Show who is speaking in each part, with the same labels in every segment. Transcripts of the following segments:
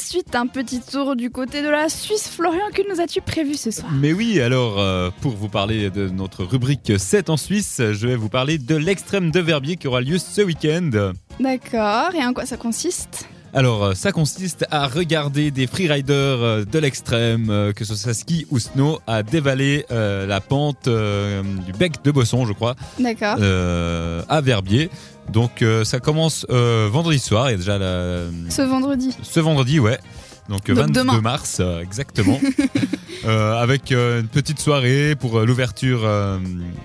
Speaker 1: Ensuite, un petit tour du côté de la Suisse. Florian, que nous as-tu prévu ce soir
Speaker 2: Mais oui, alors euh, pour vous parler de notre rubrique 7 en Suisse, je vais vous parler de l'extrême de Verbier qui aura lieu ce week-end.
Speaker 1: D'accord, et en quoi ça consiste
Speaker 2: Alors, euh, ça consiste à regarder des freeriders euh, de l'extrême, euh, que ce soit ski ou snow, à dévaler euh, la pente euh, du bec de Bosson, je crois,
Speaker 1: D'accord.
Speaker 2: euh, à Verbier. Donc, euh, ça commence euh, vendredi soir, et déjà la-
Speaker 1: Ce vendredi.
Speaker 2: ce vendredi, ouais. Donc, euh,
Speaker 1: Donc,
Speaker 2: 22
Speaker 1: demain.
Speaker 2: mars, euh, exactement. Euh, avec euh, une petite soirée pour euh, l'ouverture euh,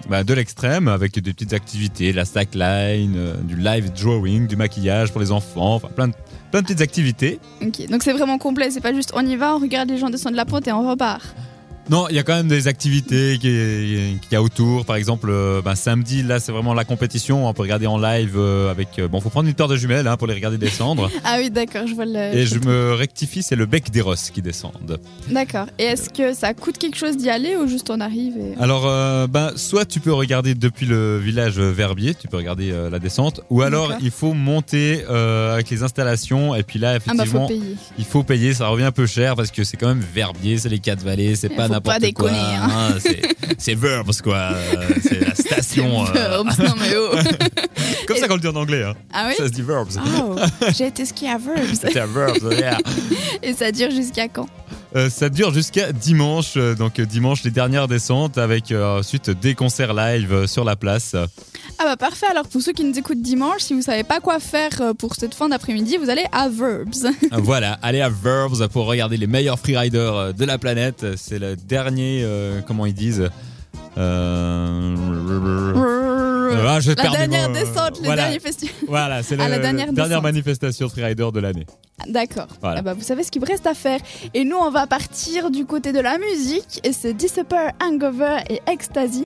Speaker 2: bah, de l'extrême, avec des petites activités, la stackline, euh, du live drawing, du maquillage pour les enfants, enfin plein de, plein de petites activités.
Speaker 1: Ok, donc c'est vraiment complet, c'est pas juste on y va, on regarde les gens descendre la pente et on repart.
Speaker 2: Non, il y a quand même des activités qui- qu'il y a autour. Par exemple, euh, ben, samedi, là, c'est vraiment la compétition. On peut regarder en live euh, avec. euh, bon, faut prendre une paire de jumelles hein, pour les regarder descendre.
Speaker 1: Ah oui, d'accord, je vois le.
Speaker 2: Et je me rectifie, c'est le bec des Rosses qui descendent.
Speaker 1: D'accord. Et est-ce que ça coûte quelque chose d'y aller ou juste on arrive et...
Speaker 2: Alors, euh, ben, soit tu peux regarder depuis le village Verbier, tu peux regarder euh, la descente, ou alors
Speaker 1: D'accord.
Speaker 2: il faut monter euh, avec les installations. Et puis là,
Speaker 1: Ah bah faut
Speaker 2: effectivement,
Speaker 1: payer.
Speaker 2: il faut payer. Ça revient un peu cher parce que c'est quand même Verbier, c'est les quatre vallées, c'est
Speaker 1: Il
Speaker 2: pas
Speaker 1: faut
Speaker 2: n'importe
Speaker 1: pas
Speaker 2: quoi.
Speaker 1: déconner, hein.
Speaker 2: hein, c'est- c'est Verbs quoi, euh, c'est la station. euh,
Speaker 1: Verbs, non mais oh.
Speaker 2: comme ça qu'on le dit en anglais, hein.
Speaker 1: Ah oui
Speaker 2: ça se dit Verbs.
Speaker 1: Oh, j'ai été skier à Verbs.
Speaker 2: C'est à Verbs, yeah.
Speaker 1: Et ça dure jusqu'à quand
Speaker 2: Euh, ça dure jusqu'à dimanche, euh, donc euh, dimanche les dernières descentes avec euh, ensuite des concerts live euh, sur la place.
Speaker 1: Ah bah parfait, alors pour ceux qui nous écoutent dimanche, si vous savez pas quoi faire euh, pour cette fin d'après-midi, vous allez à Verbs.
Speaker 2: voilà, allez à Verbs pour regarder les meilleurs freeriders euh, de la planète. C'est le dernier, euh, comment ils disent euh... Ah, je
Speaker 1: La
Speaker 2: perds mes
Speaker 1: dernière
Speaker 2: mots.
Speaker 1: descente, les
Speaker 2: Voilà.
Speaker 1: derniers festivals.
Speaker 2: Voilà, c'est
Speaker 1: Ah,
Speaker 2: le-
Speaker 1: la dernière descente.
Speaker 2: manifestation freerider de l'année.
Speaker 1: D'accord.
Speaker 2: Voilà.
Speaker 1: Ah bah, vous savez ce qu'il vous reste à faire. Et nous, on va partir du côté de la musique. Et c'est Disappear, Hangover et Ecstasy.